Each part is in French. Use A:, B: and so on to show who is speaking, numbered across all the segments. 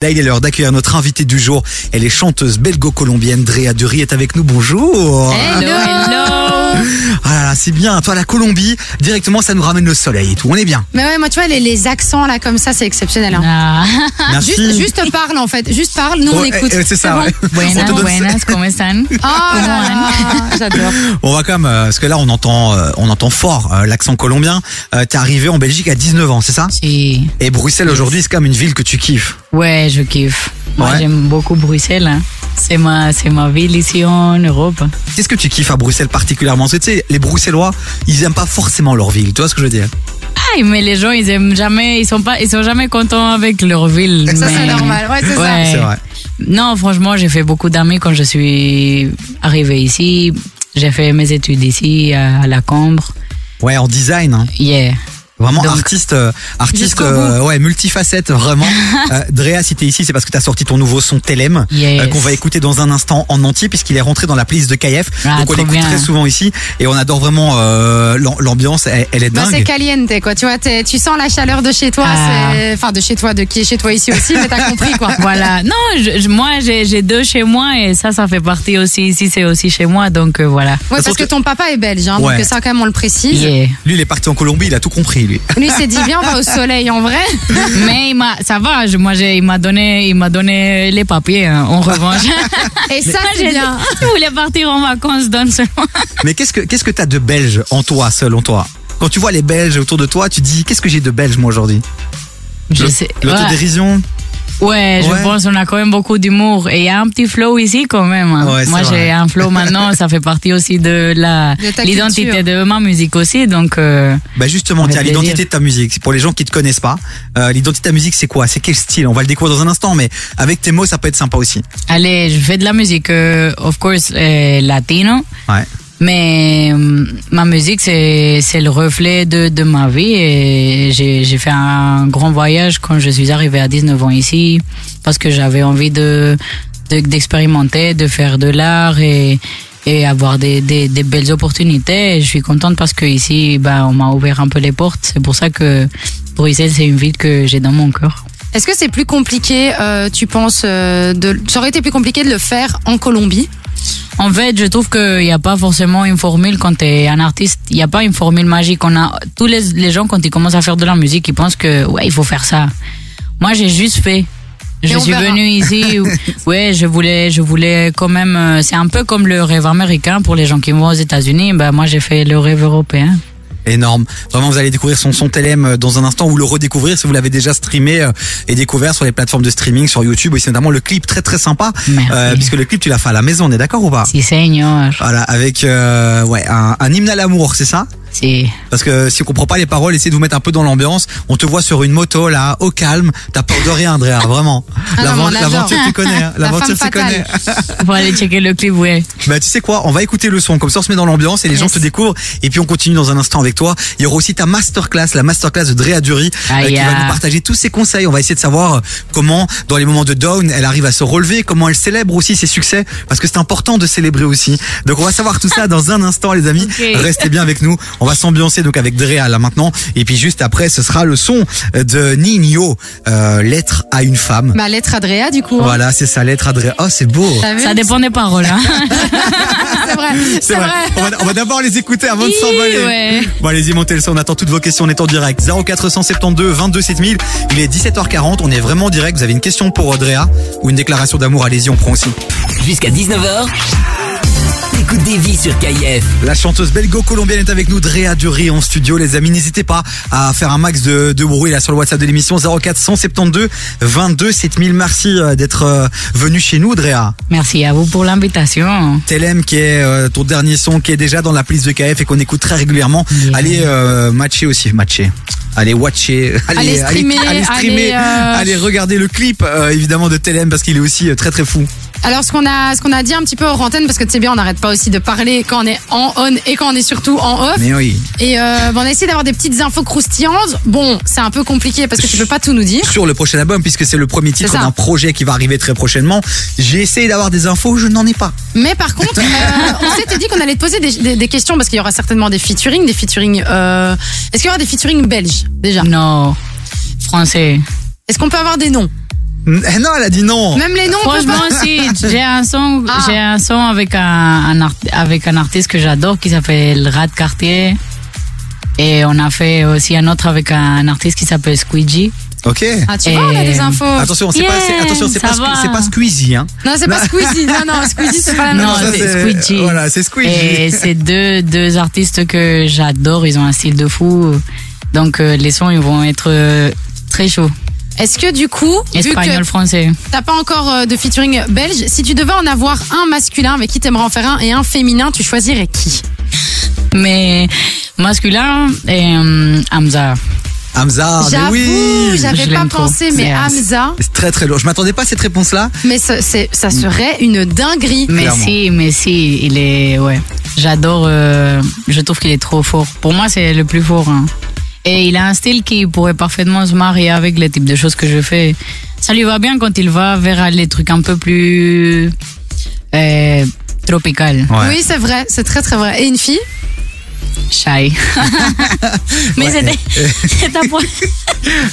A: Là, il est l'heure d'accueillir notre invitée du jour. Elle est chanteuse belgo-colombienne. Drea Dury est avec nous. Bonjour.
B: Hello, hello
A: Ah là là, c'est bien. Toi, la Colombie, directement, ça nous ramène le soleil et tout. On est bien.
C: Mais ouais, moi, tu vois, les, les accents là, comme ça, c'est exceptionnel. hein.
B: Ah.
A: Merci.
C: Juste, juste parle en fait, juste parle, nous on
A: Ouais,
C: écoute.
A: euh, c'est ça.
C: bon.
A: ouais. On, te
B: Buenas,
A: donne-
B: buenas, ¿cómo están?
C: Oh là là, j'adore.
A: on va quand même, euh, parce que là, on entend, euh, on entend fort euh, l'accent colombien. Euh, T'es arrivé en Belgique à 19 ans, c'est ça
B: Sí.
A: Et Bruxelles aujourd'hui, c'est comme une ville que tu kiffes.
B: Ouais, je kiffe. Moi,
A: Ouais.
B: j'aime beaucoup Bruxelles. hein. C'est ma, c'est ma ville ici en Europe.
A: Qu'est-ce que tu kiffes à Bruxelles particulièrement Parce que, Tu sais, les Bruxellois, ils aiment pas forcément leur ville. Tu vois ce que je veux dire
B: Aïe, mais les gens, ils aiment jamais, ils sont pas, ils sont jamais contents avec leur ville.
C: Ça, c'est
B: mais-
C: normal. Ouais, c'est ça.
B: Ouais.
A: C'est vrai.
B: Non, franchement, j'ai fait beaucoup d'amis quand je suis arrivée ici. J'ai fait mes études ici, à, à la Cambre.
A: Ouais, en design. hein.
B: Yeah.
A: Vraiment
B: Donc,
A: artiste, euh, artiste,
C: jusqu'au
A: euh, ouais, multifacette, vraiment. Euh, Drea, si t'es ici, c'est parce que t'as sorti ton nouveau son Telem,
B: Yes.
A: euh, qu'on va écouter dans un instant en entier, puisqu'il est rentré dans la playlist de KF. donc
B: Ah,
A: on
B: trop
A: l'écoute
B: bien.
A: très souvent ici, et on adore vraiment euh, l'am- l'ambiance, elle, elle est
C: Bah, c'est
A: dingue.
C: caliente quoi. Tu vois, t'es- tu sens la chaleur de chez toi.
B: Ah.
C: c'est- Enfin, de chez toi, de qui est chez toi ici aussi, mais t'as compris quoi.
B: Voilà. Non, je- je- moi, j'ai j'ai deux chez moi et ça, ça fait partie aussi. Ici, c'est aussi chez moi. Donc, euh, voilà.
C: Ouais,
A: Parce
C: parce que
A: que-
C: ton papa est belge, hein,
A: Ouais.
C: donc ça quand même on le précise.
B: Yeah.
A: lui, il est parti en Colombie, il a tout compris, lui.
C: Lui il s'est dit viens, on va au soleil en vrai.
B: Mais il m'a, ça va, je- moi, j'ai, il m'a donné, il m'a donné les papiers, hein, en revanche.
C: Et ça
B: J'ai
C: c'est
B: dit,
C: bien.
B: Si vous voulez partir en vacances, donne seulement.
A: Mais qu'est-ce que qu'est-ce que t'as de belge en toi, selon toi Quand tu vois les Belges autour de toi, tu dis qu'est-ce que j'ai de belge moi aujourd'hui
B: Je
A: Le-
B: sais. Ouais,
A: L'autodérision.
B: Ouais,
A: Ouais.
B: je pense qu'on a quand même beaucoup d'humour. Et il y a un petit flow ici, quand même. hein.
A: Ouais, c'est
B: moi,
A: vrai.
B: j'ai un flow maintenant. ça fait partie aussi de la,
C: De ta
B: l'identité
C: culture.
B: de ma musique aussi. Donc, euh,
A: Bah justement,
B: Avec
A: tiens,
B: plaisir.
A: l'identité de ta musique. Pour les gens qui te connaissent pas, euh, l'identité de ta musique, c'est quoi C'est quel style On va le découvrir dans un instant, mais avec tes mots, ça peut être sympa aussi.
B: allez, je fais de la musique, euh, of course, euh, latino.
A: Ouais.
B: Mais euh, ma musique, c'est c'est le reflet de, de ma vie. Et j'ai j'ai fait un grand voyage quand je suis arrivée à 19 ans ici, parce que j'avais envie de de- d'expérimenter, de, faire de l'art et, et avoir des, des, des belles opportunités. Et je suis contente parce que ici, bah, on m'a ouvert un peu les portes. C'est pour ça que Bruxelles, c'est une ville que j'ai dans mon cœur.
C: Est-ce que c'est plus compliqué, euh, tu penses, euh, de... ça aurait été plus compliqué de le faire en Colombie
B: En fait, je trouve qu'il n'y a pas forcément une formule quand tu es un artiste. Il n'y a pas une formule magique. On a tous les, les gens quand ils commencent à faire de la musique, ils pensent que ouais, il faut faire ça. Moi, j'ai juste fait. Je
C: on
B: suis
C: verra.
B: venue ici. où- ouais, je voulais, je voulais quand même. euh, C'est un peu comme le rêve américain pour les gens qui vont aux États-Unis. Ben moi, j'ai fait le rêve européen.
A: Énorme. Vraiment, vous allez découvrir son son Telem euh, dans un instant ou le redécouvrir si vous l'avez déjà streamé euh, et découvert sur les plateformes de streaming, sur YouTube. Et c'est notamment le clip très très sympa,
B: Merci.
A: euh, puisque le clip, tu l'as fait à la maison, on est d'accord ou pas
B: Si, seigneur.
A: Voilà, avec euh, ouais un, un hymne à l'amour, c'est ça
B: Si.
A: Parce que si on comprend pas les paroles, essayez de vous mettre un peu dans l'ambiance. On te voit sur une moto là, au calme. T'as peur de rien, Andrea, vraiment.
C: Ah non, mais
A: L'avent-
C: on adore.
A: L'aventure, tu connais. hein.
C: La
A: L'aventure, tu
C: femme
A: connais.
C: fatale.
B: Faut aller checker le clip, ouais.
A: Bah, tu sais quoi, on va écouter le son, comme ça on se met dans l'ambiance et les gens
B: Yes.
A: te découvrent. Et puis on continue dans un instant avec toi. Il y aura aussi ta masterclass, la masterclass de Drea Dury, euh, qui
B: Aïe,
A: va
B: ah.
A: nous partager tous ses conseils. On va essayer de savoir euh, comment, dans les moments de down, elle arrive à se relever, comment elle célèbre aussi ses succès, parce que c'est important de célébrer aussi. Donc on va savoir tout ça dans un instant, les amis.
B: Ok.
A: Restez bien avec nous. On va s'ambiancer donc avec Drea là maintenant. Et puis juste après, ce sera le son de Nino, euh, lettre à une femme.
C: Ma Bah, lettre à Drea du coup. hein.
A: Voilà, c'est sa lettre à Drea. Oh, c'est beau.
C: T'as vu
B: Ça dépend des paroles. Hein.
C: C'est vrai.
A: C'est vrai. On va, on va d'abord les écouter avant de
B: Hi,
A: s'envoler.
B: ouais.
A: Bon, allez-y, montez le son. On attend toutes vos questions. On est en direct. 0472 22 7000. Il est 17h40. On est vraiment en direct. Vous avez une question pour Audrea ou une déclaration d'amour. Allez-y, on prend aussi.
D: jusqu'à 19h. Écoute des vies sur KIF.
A: La chanteuse belgo-colombienne est avec nous, Drea Dury, en studio. Les amis, n'hésitez pas à faire un max de, de bruit là sur le WhatsApp de l'émission 0472 22 7000. Merci euh, d'être euh, venu chez nous, Drea.
B: Merci à vous pour l'invitation.
A: Telem qui est euh, ton dernier son qui est déjà dans la playlist de KF et qu'on écoute très régulièrement.
B: Yeah.
A: Allez euh, matcher aussi, matcher. Allez watcher,
C: Allez streamer,
A: allez, streamer,
C: allez, euh,
A: allez regarder le clip euh, évidemment de Telem parce qu'il est aussi euh, très très fou.
C: Alors ce qu'on a, ce qu'on a dit un petit peu hors antenne, parce que tu sais bien, on n'arrête pas aussi de parler quand on est en on et quand on est surtout en off.
A: Mais oui.
C: Et euh, bah, on a essayé d'avoir des petites infos croustillantes. Bon, c'est un peu compliqué parce que tu peux pas tout nous dire.
A: Sur le prochain album puisque c'est le premier titre
C: ça.
A: d'un projet qui va arriver très prochainement, j'ai essayé d'avoir des infos, je n'en ai pas.
C: Mais par contre, euh, on s'était dit qu'on allait te poser des, des- des questions parce qu'il y aura certainement des featuring, des featuring. euh, Est-ce qu'il y aura des featuring belges déjà
B: Non. Français.
C: Est-ce qu'on peut avoir des noms
A: Eh Non, elle a dit non.
C: Même les noms, on peut
B: Franchement,
C: pas.
B: si j'ai un son,
C: Ah.
B: j'ai un son avec un, un art- avec un artiste que j'adore qui s'appelle Rad Cartier. Et on a fait aussi un autre avec un artiste qui s'appelle Squeegee.
A: Ok.
C: Ah, tu vois, on a des
B: Et-
C: infos.
A: Attention, c'est pas, c'est-
B: Yeah,
A: attention, c'est
B: ça
A: pas, Sque-
B: va.
A: c'est pas Squeezie, hein.
C: Non, c'est pas Squeezie. Non, Ah non, Squeezie, c'est pas la
B: Non,
C: même chose.
B: c'est Squeegee.
A: Voilà, c'est Squeegee.
B: Et c'est deux, deux artistes que j'adore, ils ont un style de fou. Donc euh, les sons, ils vont être euh, très chauds.
C: Est-ce que du coup, vu
B: Espagnol,
C: que
B: français.
C: t'as pas encore euh, de featuring belge, si tu devais en avoir un masculin avec qui t'aimerais en faire un et un féminin, tu choisirais qui
B: Mais masculin, et, euh, Hamza.
A: Hamza, Ah, mais
C: J'avoue,
A: oui.
C: j'avais
B: Je
C: pas
B: l'aime trop.
C: pensé, mais
B: C'est-
C: Hamza,
A: C'est Mm. très très lourd. Je m'attendais pas à cette réponse-là.
C: mais ça, c'est- ça serait une dinguerie.
B: Mais
A: Clairement.
B: si, mais si, il est. Ouais. J'adore. euh, je trouve qu'il est trop fort. Pour moi, c'est le plus fort. hein. Et il a un style qui pourrait parfaitement se marier avec le type de choses que je fais. Ça lui va bien quand il va vers les trucs un peu plus. Euh, tropical.
A: Ouais.
C: Oui, c'est vrai, c'est très très vrai. Et une fille
B: Shy. mais c'était. c'est un point.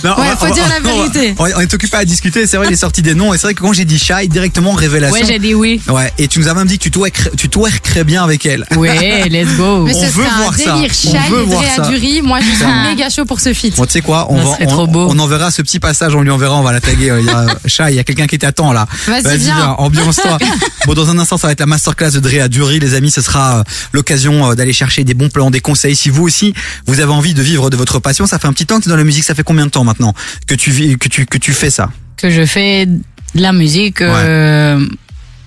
A: Non,
C: Ouais, faut dire la vérité.
A: on va- on est occupé à discuter. C'est vrai, il est sorti des noms. Et c'est vrai que quand j'ai dit Shy, directement révélation.
B: Ouais, j'ai dit oui.
A: Ouais, et tu nous as même dit que tu twerk- tu twerkerais bien avec elle.
B: Ouais, let's go.
C: Mais
A: On
C: ce
A: veut
C: serait un
A: voir ça.
C: délire
A: On
C: Shine
A: veut
C: et
A: voir
C: Drea
A: ça.
C: Dury. Moi, je suis
B: Clairement.
C: méga chaud pour ce feat.
A: Bon, tu sais quoi, on
B: Ça
A: va,
B: serait
A: on,
B: trop beau.
A: on enverra ce petit passage, on lui enverra, on va la taguer. euh, Il y a, Chat, il y a quelqu'un qui t'attend là.
C: Vas-y, viens.
A: ambiance-toi. bon, dans un instant, ça va être la masterclass de Drea Dury, les amis. Ce sera euh, l'occasion euh, d'aller chercher des bons plans, des conseils. Si vous aussi, vous avez envie de vivre de votre passion, ça fait un petit temps que tu es dans la musique. Ça fait combien de temps maintenant que tu vis, que tu, que tu fais ça
B: que je fais de la musique euh,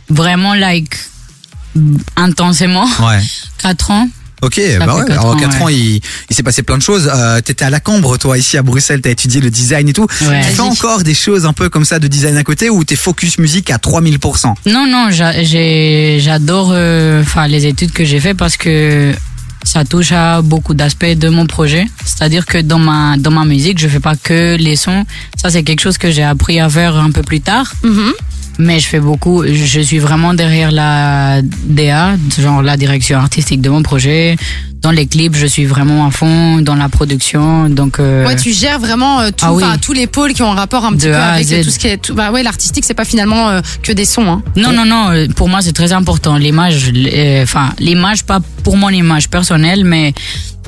B: vraiment like intensément
A: Ouais.
B: 4 ans
A: Ok,
B: Ça
A: bah
B: fait
A: ouais.
B: quatre
A: en
B: ans,
A: 4
B: ouais.
A: ans, il, il s'est passé plein de choses. Euh, t'étais à la Cambre, toi, ici à Bruxelles, t'as étudié le design et tout.
B: Ouais.
A: Tu fais encore des choses un peu comme ça de design à côté ou t'es focus musique à 3000%
B: non non j'a- j'ai- j'adore euh, enfin les études que j'ai fait parce que ça touche à beaucoup d'aspects de mon projet c'est à dire que dans ma dans ma musique je fais pas que les sons ça c'est quelque chose que j'ai appris à faire un peu plus tard
C: Mhm.
B: mais je fais beaucoup je suis vraiment derrière la DA genre la direction artistique de mon projet dans les clips je suis vraiment à fond dans la production donc euh,
C: Ouais, tu gères vraiment euh, tout,
B: Ah oui.
C: enfin, tous les pôles qui ont un rapport un petit
B: De
C: peu
B: A à
C: avec
B: Z.
C: euh, tout ce qui est. Tout, bah ouais, l'artistique, c'est pas finalement euh, que des sons. Hein.
B: Non, non, non, euh, pour moi c'est très important. L'image, euh, enfin, l'image, pas pour mon image personnelle, mais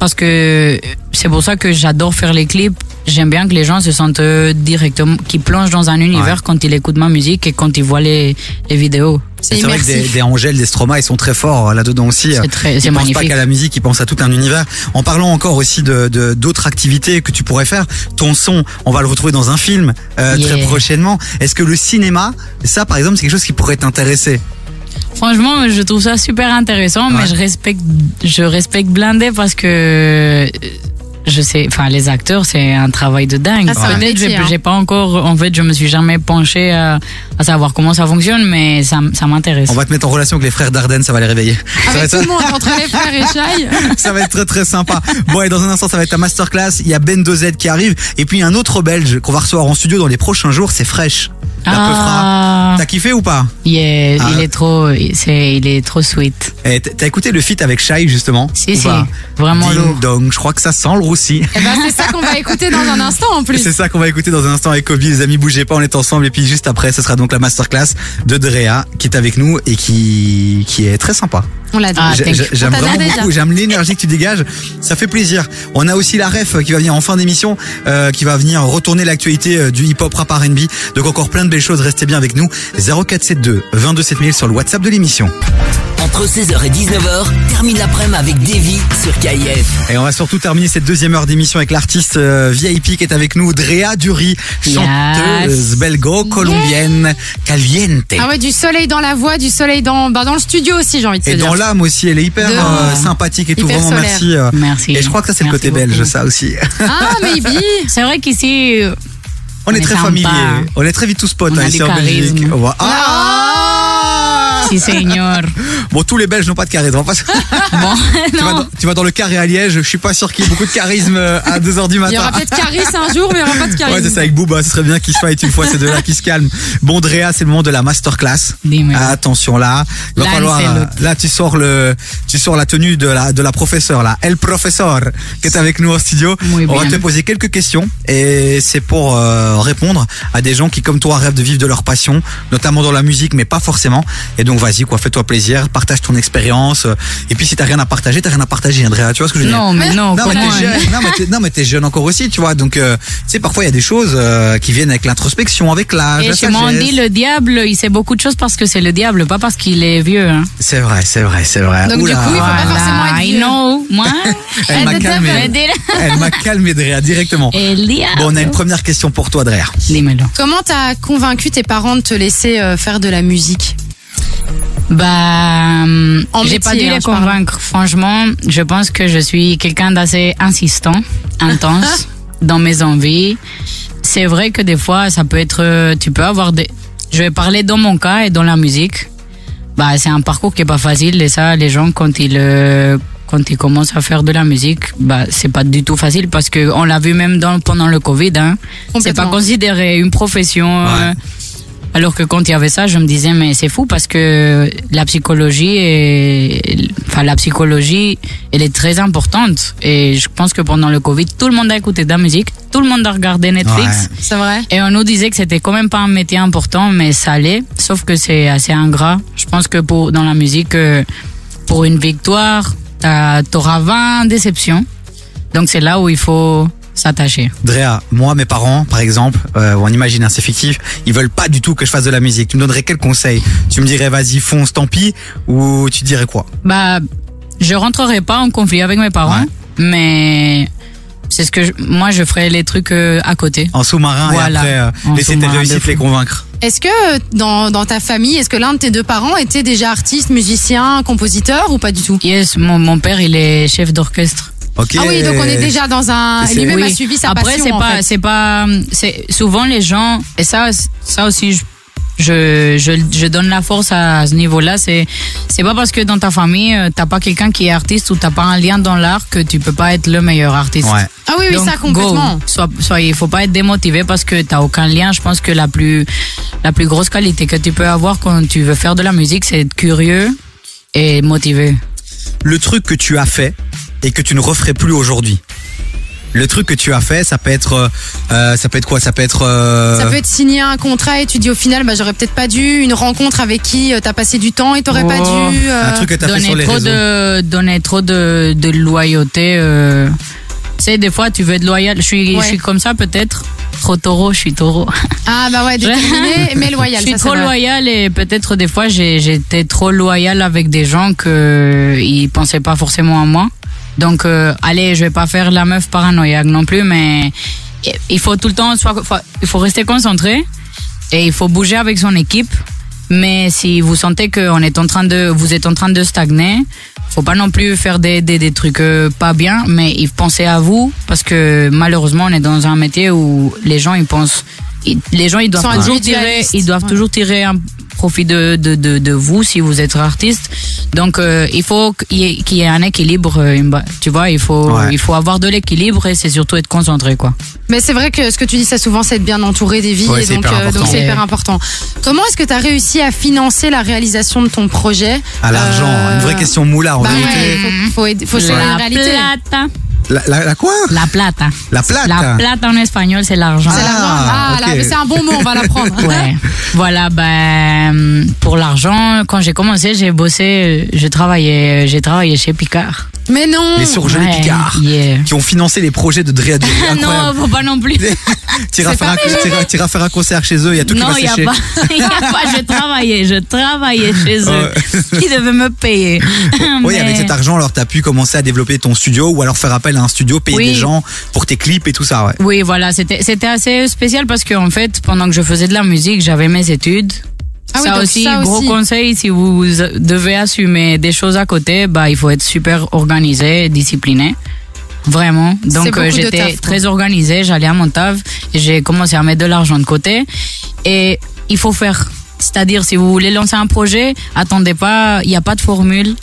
B: parce que euh, c'est pour ça que j'adore faire les clips. J'aime bien que les gens se sentent euh, directement, qu'ils plongent dans un univers quand ils écoutent ma musique et quand ils voient les, les vidéos.
C: C'est
A: C'est vrai que des,
C: immersif.
A: des Angèles, des Stroma, ils sont très forts euh, là-dedans aussi.
B: C'est très-
A: Ils
B: c'est
A: pensent pas
B: magnifique.
A: qu'à la musique, ils pensent à tout un univers. En parlant encore aussi de de- d'autres activités que tu pourrais faire, ton son, on va le retrouver dans un film euh,
B: Yeah.
A: très prochainement. Est-ce que le cinéma, ça par exemple, c'est quelque chose qui pourrait t'intéresser
B: Franchement, je trouve ça super intéressant,
A: Ouais.
B: mais je respecte, je respecte blindé parce que euh, je sais, enfin, les acteurs, c'est un travail de dingue.
C: Ah, c'est un
B: Peut-être,
C: métier,
B: j'ai-
C: hein.
B: j'ai pas encore, en fait, je me suis jamais penché à, à savoir comment ça fonctionne, mais ça, m- ça m'intéresse.
A: On va te mettre en relation avec les frères Dardenne, ça va les réveiller.
B: Ah,
A: Ça va
C: Avec
A: être-
C: Ah, tout le monde, entre les frères et Shai.
A: ça va être très très sympa. Bon, et dans un instant, ça va être la masterclass. Il y a Ben Z qui arrive. Et puis, un autre belge qu'on va recevoir en studio dans les prochains jours, c'est Fresh. La Peufra.
B: Ah,
A: T'as kiffé ou pas
B: yeah,
A: Ah.
B: il est trop, c'est, il est trop sweet.
A: Eh, T'as écouté le feat avec Shai justement
B: Si,
A: ou
B: si,
A: pas
B: vraiment
A: Ding
B: lourd.
A: dong, je crois que ça sent le roussi.
C: Eh ben, c'est ça qu'on va écouter dans un instant en plus.
A: C'est ça qu'on va écouter dans un instant avec Kobe. Les amis, bougez pas, on est ensemble. Et puis juste après, ce sera donc la masterclass de Drea qui est avec nous et qui, qui est très sympa.
C: On l'a dit.
B: Ah,
A: J'ai-
B: thank
A: j'ai-
B: you.
A: J'aime
C: On t'a
A: vraiment
C: déjà.
A: beaucoup, j'aime l'énergie que tu dégages. Ça fait plaisir. On a aussi la ref qui va venir en fin d'émission, euh, qui va venir retourner l'actualité euh, du hip-hop rap RB. Donc encore plein de belles choses. Restez bien avec nous. 0472 22 7000 sur le WhatsApp de l'émission.
D: Entre 16h et 19h, termine l'après-midi avec Davy sur KIF.
A: Et on va surtout terminer cette deuxième heure d'émission avec l'artiste euh, VIP qui est avec nous, Drea Dury, chanteuse belgo-colombienne, caliente.
C: Ah ouais, du soleil dans la voix, du soleil dans, bah, dans le studio aussi, j'ai envie de te
A: Et
C: dire.
A: dans l'âme aussi, elle est hyper
C: De-
A: euh, sympathique et tout,
C: Hyper
A: vraiment
C: solaire.
A: merci. euh,
B: Merci.
A: Et je crois que ça c'est le
B: Merci
A: côté belge,
B: beaucoup.
A: ça aussi.
C: Ah, maybe.
B: C'est vrai qu'ici, euh,
A: On,
B: On
A: est
B: est
A: très
B: sympa.
A: familier, on est très vite tous potes
B: On
A: hein,
B: a
A: ici
B: du
A: en Belgique.
B: charisme.
A: On voit- Ah
B: si seigneur.
A: Bon, tous les Belges n'ont pas de charisme. on va pas se-
B: Bon,
A: tu, vas dans, tu vas dans le carré à Liège, je suis pas sûr qu'il y ait beaucoup de charisme euh, à 2h du matin.
C: Il y aura peut-être Caris un jour, mais il n'y aura pas de Caris.
A: Ouais, c'est ça avec Booba, ce serait bien qu'ils se fight une fois ces deux-là qui se calment. Bon, Drea, c'est le moment de la masterclass.
B: Dis-moi.
A: Attention là, il va
B: Là,
A: falloir.
B: c'est
A: euh,
B: l'autre.
A: Là, tu sors le, tu sors la tenue de la de la professeure là, El Professeur, qui est avec nous en studio.
B: Muy
A: On va
B: bien.
A: te poser quelques questions et c'est pour euh, répondre à des gens qui, comme toi, rêvent de vivre de leur passion, notamment dans la musique, mais pas forcément. Et donc, vas-y, quoi, fais-toi plaisir, partage ton expérience. euh, Et puis, si t'as rien à partager, t'as rien à partager, Andrea. Tu vois ce que je veux dire
B: non, mais non,
A: non, mais
B: comment
A: t'es jeune, non, mais t'es- non, mais t'es jeune encore aussi, tu vois. Donc, euh, tu sais, parfois, il y a des choses euh, qui viennent avec l'introspection, avec l'âge.
B: Et
A: la
B: chez moi, on
A: sagesse.
B: dit le diable, il sait beaucoup de choses parce que c'est le diable, pas parce qu'il est vieux. hein.
A: C'est vrai, c'est vrai, c'est vrai.
C: Donc, du
A: Oula.
C: coup, il faut pas forcément être
B: Voilà, I
C: vieux.
B: know, moi.
A: Elle m'a
B: Le diable.
A: calmé.
B: Le diable.
A: Elle m'a calmé, Drea, directement.
B: Et le diable.
A: Bon, on a une première question pour toi, Drea.
B: Dímelo.
C: Comment t'as convaincu tes parents de te laisser euh, faire de la musique
B: Bah, hum,
C: En
B: j'ai pas dû
C: métier, hein,
B: les
C: je parle.
B: convaincre. Franchement, je pense que je suis quelqu'un d'assez insistant, intense dans mes envies. C'est vrai que des fois, ça peut être, euh, tu peux avoir des. Je vais parler dans mon cas et dans la musique. Bah, c'est un parcours qui est pas facile et ça, les gens quand ils euh, quand ils commencent à faire de la musique, bah c'est pas du tout facile parce que on l'a vu même dans, pendant le Covid. Hein. C'est
C: Complètement.
B: pas considéré une profession.
A: Ouais.
B: euh, alors que quand il y avait ça, je me disais mais c'est fou parce que la psychologie est, enfin la psychologie, elle est très importante et je pense que pendant le Covid, tout le monde a écouté de la musique, tout le monde a regardé Netflix.
A: Ouais.
C: C'est vrai
B: Et on nous disait que c'était quand même pas un métier important, mais ça l'est. Sauf que c'est assez ingrat. Je pense que pour, dans la musique, euh, pour une victoire, t'as- t'auras 20 déceptions. Donc c'est là où il faut s'attacher.
A: Drea, moi, mes parents, par exemple, euh, on imagine, hein, c'est fictif, ils veulent pas du tout que je fasse de la musique. Tu me donnerais quel conseil Tu me dirais, vas-y, fonce, tant pis, ou tu dirais quoi
B: Bah, je rentrerai pas en conflit avec mes parents,
A: Ouais.
B: mais c'est ce que je- moi je ferai les trucs euh, à côté.
A: En sous-marin et
B: Voilà.
A: après, euh,
B: En
A: laisser tes
B: sous-marin de
A: réussites
B: fou.
A: les convaincre.
C: Est-ce que euh, dans, dans ta famille, est-ce que l'un de tes deux parents était déjà artiste, musicien, compositeur ou pas du tout
B: Yes, mon, mon père il est chef d'orchestre.
A: Ok.
C: Ah oui, donc on est déjà dans un.
A: C'est-
C: Lui-même a
B: Oui.
C: suivi sa
B: Après,
C: passion.
B: c'est
C: en
B: pas,
C: fait.
B: c'est pas, c'est souvent les gens et ça, c'est- ça aussi, je, je, je, je donne la force à ce niveau-là. C'est, c'est pas parce que dans ta famille euh, t'as pas quelqu'un qui est artiste ou t'as pas un lien dans l'art que tu peux pas être le meilleur artiste.
A: Ouais.
C: Ah oui, oui,
B: Donc,
C: ça complètement.
B: Go. Sois- sois- il faut pas être démotivé parce que t'as aucun lien. Je pense que la plus, la plus grosse qualité que tu peux avoir quand tu veux faire de la musique, c'est être curieux et motivé.
A: le truc que tu as fait et que tu ne referais plus aujourd'hui. Le truc que tu as fait, ça peut être, euh, euh, ça peut être quoi Ça peut être. euh,
C: Ça peut être signer un contrat et tu dis au final, bah, j'aurais peut-être pas dû. Une rencontre avec qui euh, t'as passé du temps et t'aurais pas
B: Oh.
C: dû. euh,
A: un truc que tu as fait sur
B: donner
A: les
B: trop
A: réseaux.
B: de donner trop de, de loyauté euh. tu sais des fois tu veux être loyal je suis
C: Ouais.
B: je suis comme ça peut-être trop taureau je suis taureau
C: Ah bah ouais, déterminé, mais loyal.
B: je suis
C: ça, c'est
B: trop
C: vrai.
B: loyal et peut-être des fois j'ai- j'étais trop loyal avec des gens que ils pensaient pas forcément à moi donc euh, allez je vais pas faire la meuf paranoïaque non plus mais il faut tout le temps soit faut- il faut rester concentré et il faut bouger avec son équipe. Mais si vous sentez que on est en train de, vous êtes en train de stagner, faut pas non plus faire des, des, des trucs euh, pas bien, mais il faut penser à vous parce que malheureusement on est dans un métier où les gens ils pensent, ils- les gens ils doivent
C: Ils sont
B: toujours tirer,
C: individualistes.
B: ils doivent
C: Ouais.
B: toujours tirer un profit de, de, de, de vous si vous êtes artiste. Donc euh, il faut qu'il y, ait- qu'il y ait un équilibre, euh, une ba- tu vois, il faut
A: Ouais.
B: il faut avoir de l'équilibre et c'est surtout être concentré quoi.
C: Mais c'est vrai que ce que tu dis, ça souvent, c'est être bien entouré des vies.
A: Ouais,
C: et
A: c'est
C: donc,
A: hyper
C: euh, donc
A: important.
C: c'est hyper important. Comment est-ce que t'as réussi à financer la réalisation de ton projet
A: À l'argent,
C: Euh,
A: une vraie question moula en
C: Bah
A: vérité.
C: ouais, faut, faut, aider- faut se la réalité.
B: plata.
A: La, la- la quoi
B: La plata.
A: La plata.
B: La plata en espagnol, c'est l'argent.
C: C'est la
A: Ah,
C: ah,
A: ok.
C: là, mais c'est un bon mot, on va l'apprendre.
B: Ouais. voilà, ben, pour l'argent, quand j'ai commencé, j'ai bossé, euh, je travaillais, j'ai travaillé chez Picard.
C: Mais non.
A: Les surgelés
B: Ouais,
A: Picard
B: yeah.
A: qui ont financé les projets de Drea Dury.
B: Ah non,
A: Incroyable.
B: faut pas non plus.
A: T'iras
C: C'est
A: faire, un- t'iras- t'iras faire un concert chez eux, il y a tout
B: non,
A: qui
B: il
A: va
B: a
A: sécher.
B: pas. Y a pas. Je travaillais, je travaillais chez eux. Ils devaient me payer.
A: Oui,
B: Mais-
A: avec cet argent, alors t'as pu commencer à développer ton studio ou alors faire appel à un studio, payer
B: Oui.
A: des gens pour tes clips et tout ça. Ouais.
B: Oui, voilà, c'était c'était assez spécial parce que en fait, pendant que je faisais de la musique, j'avais mes études.
C: Ah oui,
B: ça,
C: donc
B: aussi,
C: ça
B: gros
C: aussi.
B: conseil, si vous devez assumer des choses à côté, bah il faut être super organisé, discipliné. Vraiment. Donc euh,
C: beaucoup de taf,
B: j'étais
C: quoi.
B: très organisée, j'allais à mon taf, j'ai commencé à mettre de l'argent de côté et il faut faire C'est-à-dire, si vous voulez lancer un projet, attendez pas, il n'y a pas de formule,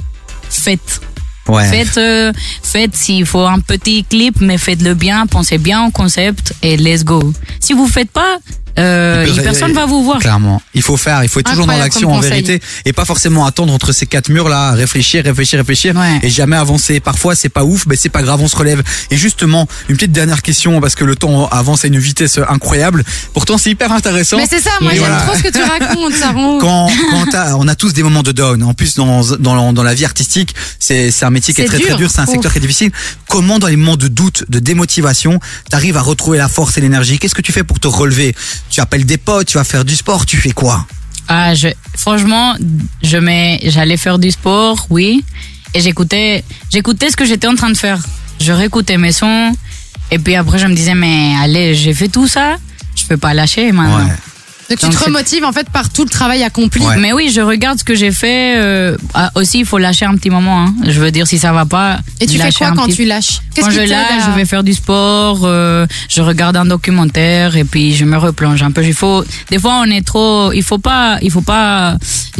B: faites.
A: Ouais.
B: Faites, euh, faites s'il faut un petit clip, mais faites-le bien, pensez bien au concept et let's go. Si vous faites pas, euh,
A: Il peut-
B: personne va vous voir.
A: Clairement, il faut faire, il faut être toujours dans
C: Incroyable
A: l'action
C: comme
A: en
C: conseil.
A: vérité et pas forcément attendre entre ces quatre murs là, réfléchir, réfléchir, réfléchir
B: Ouais.
A: et jamais avancer. Parfois c'est pas ouf, mais c'est pas grave, on se relève. Et justement, une petite dernière question parce que le temps avance à une vitesse incroyable. Pourtant c'est hyper intéressant.
C: Mais c'est ça, moi
A: Et
C: j'aime
A: voilà.
C: trop ce que tu racontes, Saron.
A: Quand, quand t'as- on a tous des moments de down. En plus, dans, dans, dans la vie artistique, c'est c'est un métier qui est,
C: C'est
A: très très
C: dur.
A: dur, c'est un
C: Ouf.
A: secteur qui est difficile. Comment, dans les moments de doute, de démotivation, t'arrives à retrouver la force et l'énergie Qu'est-ce que tu fais pour te relever Tu appelles des potes, tu vas faire du sport, tu fais quoi
B: Ah, je, franchement, je mets, j'allais faire du sport, oui, et j'écoutais, j'écoutais ce que j'étais en train de faire. Je réécoutais mes sons, et puis après je me disais, mais allez, j'ai fait tout ça, je peux pas lâcher maintenant.
A: Ouais.
C: Donc tu
B: Donc,
C: te
B: c'est-
C: remotives en fait par tout le travail accompli.
A: Ouais.
B: Mais oui, je regarde ce que j'ai fait. euh, ah, aussi, il faut lâcher un petit moment. hein. Je veux dire, si ça va pas.
C: Et tu fais
B: lâcher
C: quoi
B: un
C: quand
B: petit-
C: tu lâches
B: Quand je
C: qui t'aide
B: lâche,
C: à-
B: je vais faire du sport, euh, je regarde un documentaire et puis je me replonge un peu. Il faut, des fois, on est trop. Il faut pas, il faut pas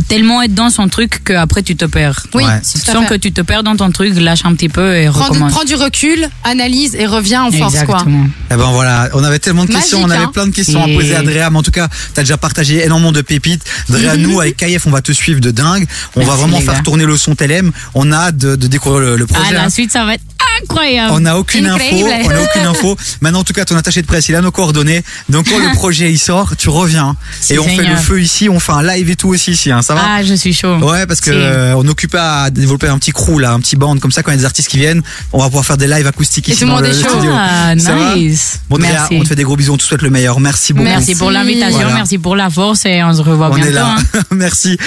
B: tellement être dans son truc qu'après tu te perds.
C: Oui,
A: Ouais.
B: Si
C: tout
B: tu
C: à
B: sens
C: fait.
B: que tu te perds dans ton truc, lâche un petit peu et
C: Prends, du-
B: recommence.
C: prends du recul, analyse et reviens en force quoi.
B: Exactement.
A: Eh ben voilà, on avait tellement de
C: Magique,
A: questions, on avait
C: hein.
A: plein de questions à
B: Et-
A: poser à Drea, mais en tout cas, t'as déjà partagé énormément de pépites. Drea, nous, avec Kayef, on va te suivre de dingue. On va
B: Merci,
A: vraiment
B: les
A: faire
B: gars.
A: tourner le son TLM. On a hâte de, de découvrir le, le
B: Ah,
A: projet. hein.
B: la suite, ça va être incroyable.
A: on n'a aucune
C: Incroyable.
A: info, on n'a aucune info. Maintenant, en tout cas, ton attaché de presse, il a nos coordonnées. Donc, quand le projet il sort, tu reviens et
B: C'est
A: on fait le
B: génial.
A: feu ici, on fait un live et tout aussi ici, hein, ça va
B: Ah, je suis chaud.
A: Ouais, parce que
B: Si.
A: euh, on est occupé à développer un petit crew là, un petit band comme ça. Quand il y a des artistes qui viennent, on va pouvoir faire des lives acoustiques
C: Et
A: ici
C: tout le
A: dans
C: monde
A: le
C: est chaud.
A: studio.
B: Ah,
A: Ça va
B: nice.
A: Bon, Drea,
B: Merci.
A: on te fait des gros bisous, on te souhaite le meilleur. Merci beaucoup.
B: Merci pour
C: Merci.
B: l'invitation,
A: Voilà.
B: merci pour la force et on se revoit
A: On
B: bientôt.
A: est là.
B: hein.
A: Merci.